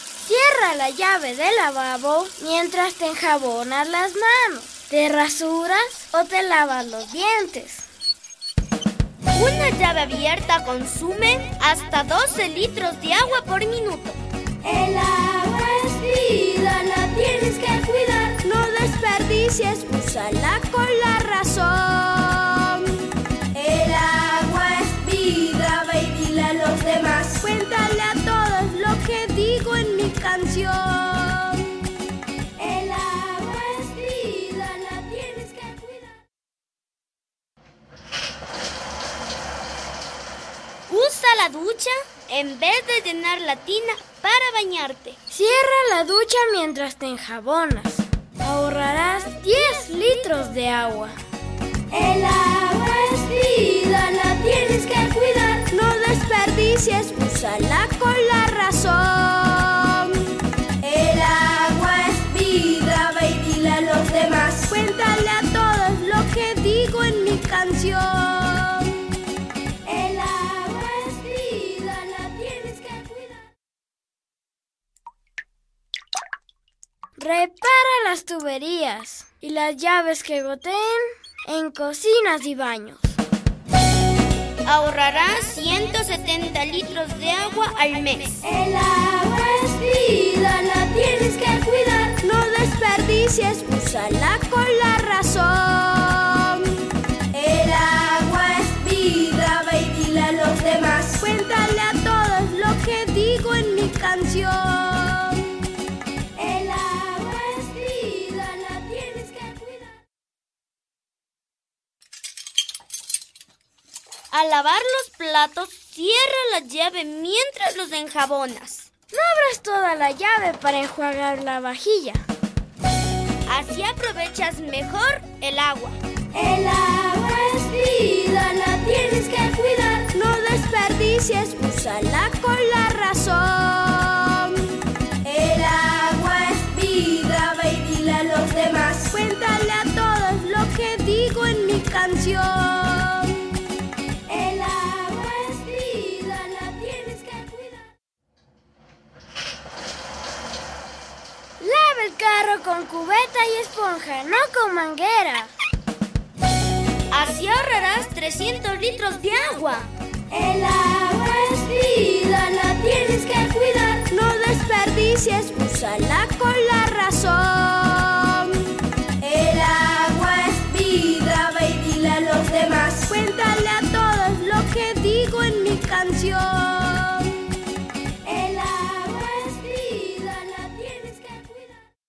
Agarra la llave del lavabo mientras te enjabonas las manos, te rasuras o te lavas los dientes. Una llave abierta consume hasta 12 litros de agua por minuto. El agua es vida, la tienes que cuidar. No desperdicies, úsala con la razón. El agua es vida, ve y dile a los demás. Cuéntale a todos lo que digo en mi canción. El agua es vida, la tienes que cuidar. Usa la ducha en vez de llenar la tina para bañarte. Cierra la ducha mientras te enjabonas. Ahorrarás 10 litros de agua. El agua es vida, la tienes que cuidar. No desperdicies, úsala con la razón. El agua es vida, ve y dile a los demás. Cuéntale a todos lo que digo en mi canción. El agua es vida, la tienes que cuidar. Repara las tuberías y las llaves que goteen en cocinas y baños. Ahorrarás 170 litros de agua al mes. El agua es vida, la tienes que cuidar. No desperdicies, úsala con la razón. El agua es vida, ve y dile a los demás. Cuéntale a todos lo que digo en mi canción. El agua es vida, la tienes que cuidar. Al lavar los platos, cierra la llave mientras los enjabonas. No abras toda la llave para enjuagar la vajilla. Así aprovechas mejor el agua. El agua es vida, la tienes que cuidar. No desperdicies, úsala con la razón. El agua es vida, ve y dile a los demás. Cuéntale a todos lo que digo en mi canción. El agua es vida, la tienes que cuidar. Lava el carro con cubeta y esponja, no con manguera. Así ahorrarás 300 litros de agua. El agua es vida, la tienes que